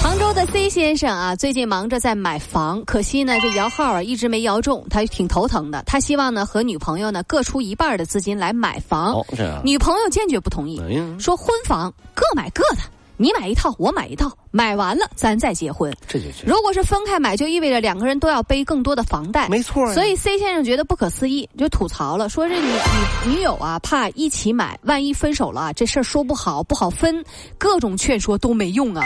杭州的 C 先生啊，最近忙着在买房，可惜呢，这摇号啊一直没摇中，他挺头疼的。他希望呢和女朋友呢各出一半的资金来买房，哦，这样，女朋友坚决不同意，哎呀，说婚房各买各的，你买一套，我买一套，买完了咱再结婚。这就这，如果是分开买，就意味着两个人都要背更多的房贷。没错呀所以 C 先生觉得不可思议，就吐槽了，说这女女女友啊，怕一起买，万一分手了啊，这事儿说不好，不好分，各种劝说都没用啊。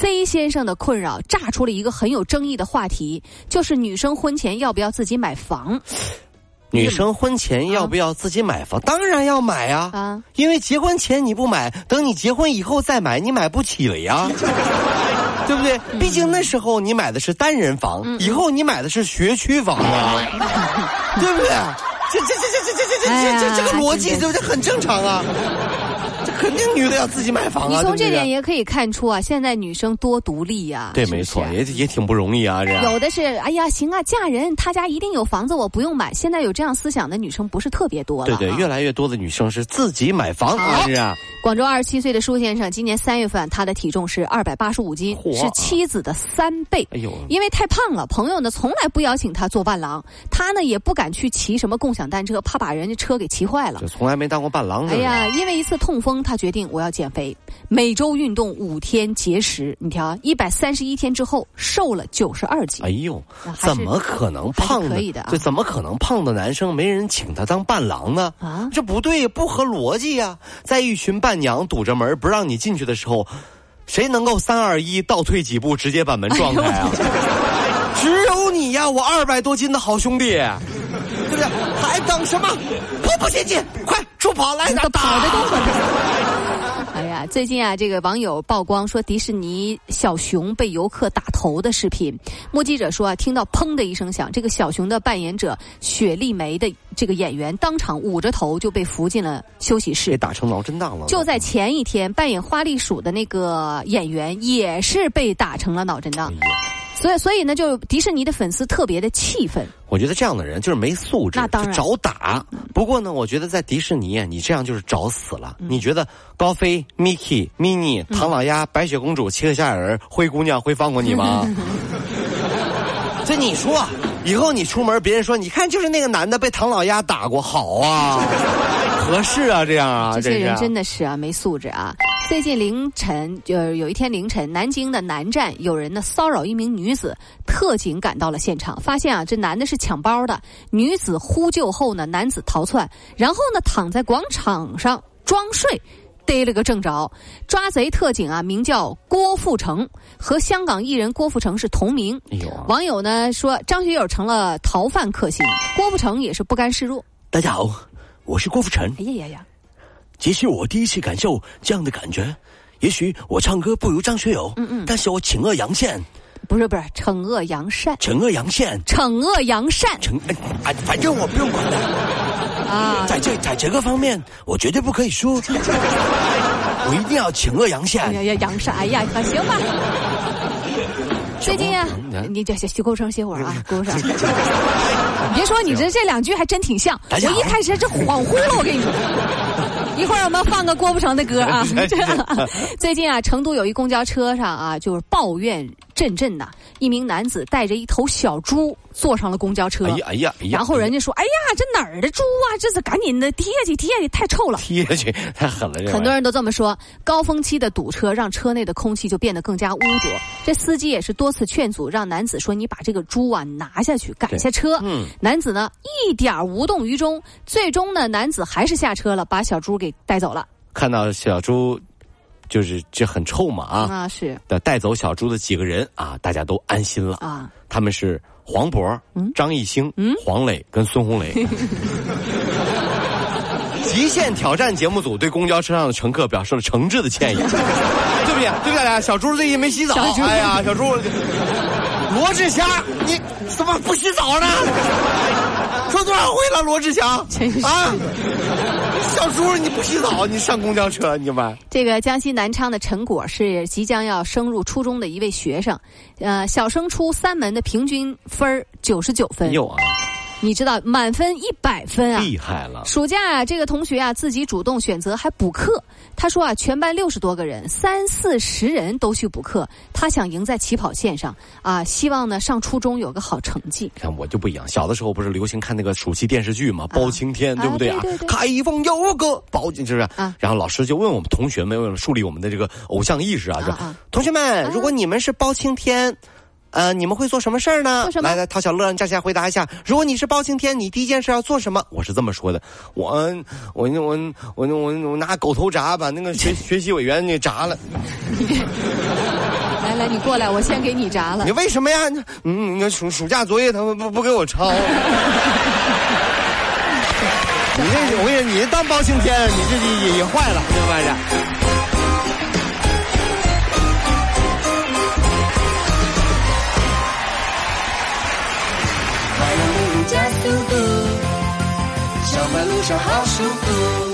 C 先生的困扰炸出了一个很有争议的话题，就是女生婚前要不要自己买房女生婚前要不要自己买房？当然要买呀、啊，啊？因为结婚前你不买，等你结婚以后再买，你买不起了呀。对不对？毕竟那时候你买的是单人房，以后你买的是学区房啊，对不对？这这这这这这这哎呀这这这个逻辑真对不对？很正常啊，这肯定女的要自己买房你啊。从对这不对点也可以看出啊，现在女生多独立呀、对，是不没错，是也也挺不容易啊，这样。有的是，哎呀，行啊，嫁人，他家一定有房子，我不用买。现在有这样思想的女生不是特别多了、对啊。对，越来越多的女生是自己买房啊，好是啊，广州二十七岁的舒先生，今年三月份他的体重是二百八十五斤，嚯是妻子的三倍。哎呦，因为太胖了，朋友呢从来不邀请他做伴郎，他呢也不敢去骑什么共享单车，怕把人家车给骑坏了就。从来没当过伴郎。哎是不是，呀，因为一次痛风，他决定我要减肥，每周运动五天节食。你瞧，一百三十一天之后瘦了九十二斤哎。呦那，还是怎么可能还是胖可以的啊对，怎么可能胖的男生没人请他当伴郎呢？啊这不对，不合逻辑呀、在一群伴娘堵着门不让你进去的时候，谁能够三二一倒退几步直接把门撞哎开啊？ 只有你呀，我二百多斤的好兄弟，对不对？还等什么？步步前进，快助跑来！都跑得动啊 哎呀，最近啊，这个网友曝光说迪士尼小熊被游客打头的视频。目击者说啊，听到砰的一声响，这个小熊的扮演者雪莉梅的这个演员当场捂着头就被扶进了休息给室。打成脑震荡了，就在前一天，扮演花栗鼠的那个演员也是被打成了脑震荡，哎呀所以所以呢，就迪士尼的粉丝特别的气愤。我觉得这样的人就是没素质，那当就然找打。不过呢，我觉得在迪士尼，你这样就是找死了。嗯你觉得高飞、Mickey、Minnie、唐老鸭、白雪公主、七个小矮人、灰姑娘会放过你吗？嗯 这你说，以后你出门，别人说你看就是那个男的被唐老鸭打过，好 啊，合适啊，这样啊，这些人真的的是啊，没素质啊！最近凌晨，呃，有一天凌晨，南京的南站有人呢骚扰一名女子，特警赶到了现场，发现啊，这男的是抢包的，女子呼救后呢，男子逃窜，然后呢躺在广场上装睡。逮了个正着，抓贼特警啊，名叫郭富城，和香港艺人郭富城是同名。哎呦啊网友呢说，张学友成了逃犯克星，郭富城也是不甘示弱。大家好，我是郭富城。哎呀呀呀！这是我第一次感受这样的感觉。也许我唱歌不如张学友，嗯嗯，但是我惩恶扬善，不是不是，惩恶扬善，惩恶扬善。惩恶扬善成，哎，反正我不用管的，啊！在这在这个方面，我绝对不可以输，我一定要惩恶扬善哎。呀呀，扬善！哎呀，可行吧？最近啊什么，你这休够声，歇会儿嗯啊，够声。你别说，你这这两句还真挺像。大我家好一开始这恍惚了，我跟你说。一会儿我们放个郭富城的歌 啊。哎 最近啊，成都有一公交车上啊，就是抱怨阵阵呐、一名男子带着一头小猪坐上了公交车。哎呀哎呀然后人家说：“哎呀，这哪儿的猪啊？这是赶紧的，踢下去，踢下去，太臭了。”踢下去太狠了，这玩意儿很多人都这么说。高峰期的堵车让车内的空气就变得更加污浊。这司机也是多次劝阻，让男子说：“你把这个猪啊拿下去，赶下车。” 嗯男子呢一点儿无动于衷。最终呢，男子还是下车了，把小猪给带走了。看到小猪，就是这很臭嘛啊，啊，是的带走小猪的几个人啊，大家都安心了。啊，他们是黄渤、嗯张艺兴、黄磊跟孙红 雷。极限挑战节目组对公交车上的乘客表示了诚挚的歉意，对不对？对不对？小猪最近没洗澡，小猪哎呀，小猪，罗志祥，你怎么不洗澡呢？说多少回了，罗志祥真是啊！小叔，你不洗澡，你上公交车，你们这个江西南昌的陈果是即将要升入初中的一位学生，呃，小升初三门的平均分九十九分，有啊，你知道满分一百分啊。厉害了，暑假啊，这个同学啊自己主动选择还补课。他说啊，全班六十多个人，三四十人都去补课，他想赢在起跑线上啊，希望呢上初中有个好成绩。你看我就不一样，小的时候不是流行看那个暑期电视剧嘛，包青天，对不对啊？啊对对对开封有个包青，就是啊然后老师就问我们同学们，为了树立我们的这个偶像意识啊，说啊啊同学们，如果你们是包青天。呃，你们会做什么事儿呢做？什么来来，陶小乐，让大家回答一下。如果你是包青天，你第一件事要做什么？我是这么说的，我嗯我我我我我我拿狗头铡把那个学学习委员给铡了。啊来来，你过来，我先给你炸了你。为什么呀？你嗯，你暑暑假作业他们不不给我抄。你这我跟你说，你当包青天，你这也也坏了，这玩意儿。快乐的路加速度，上班路上好舒服。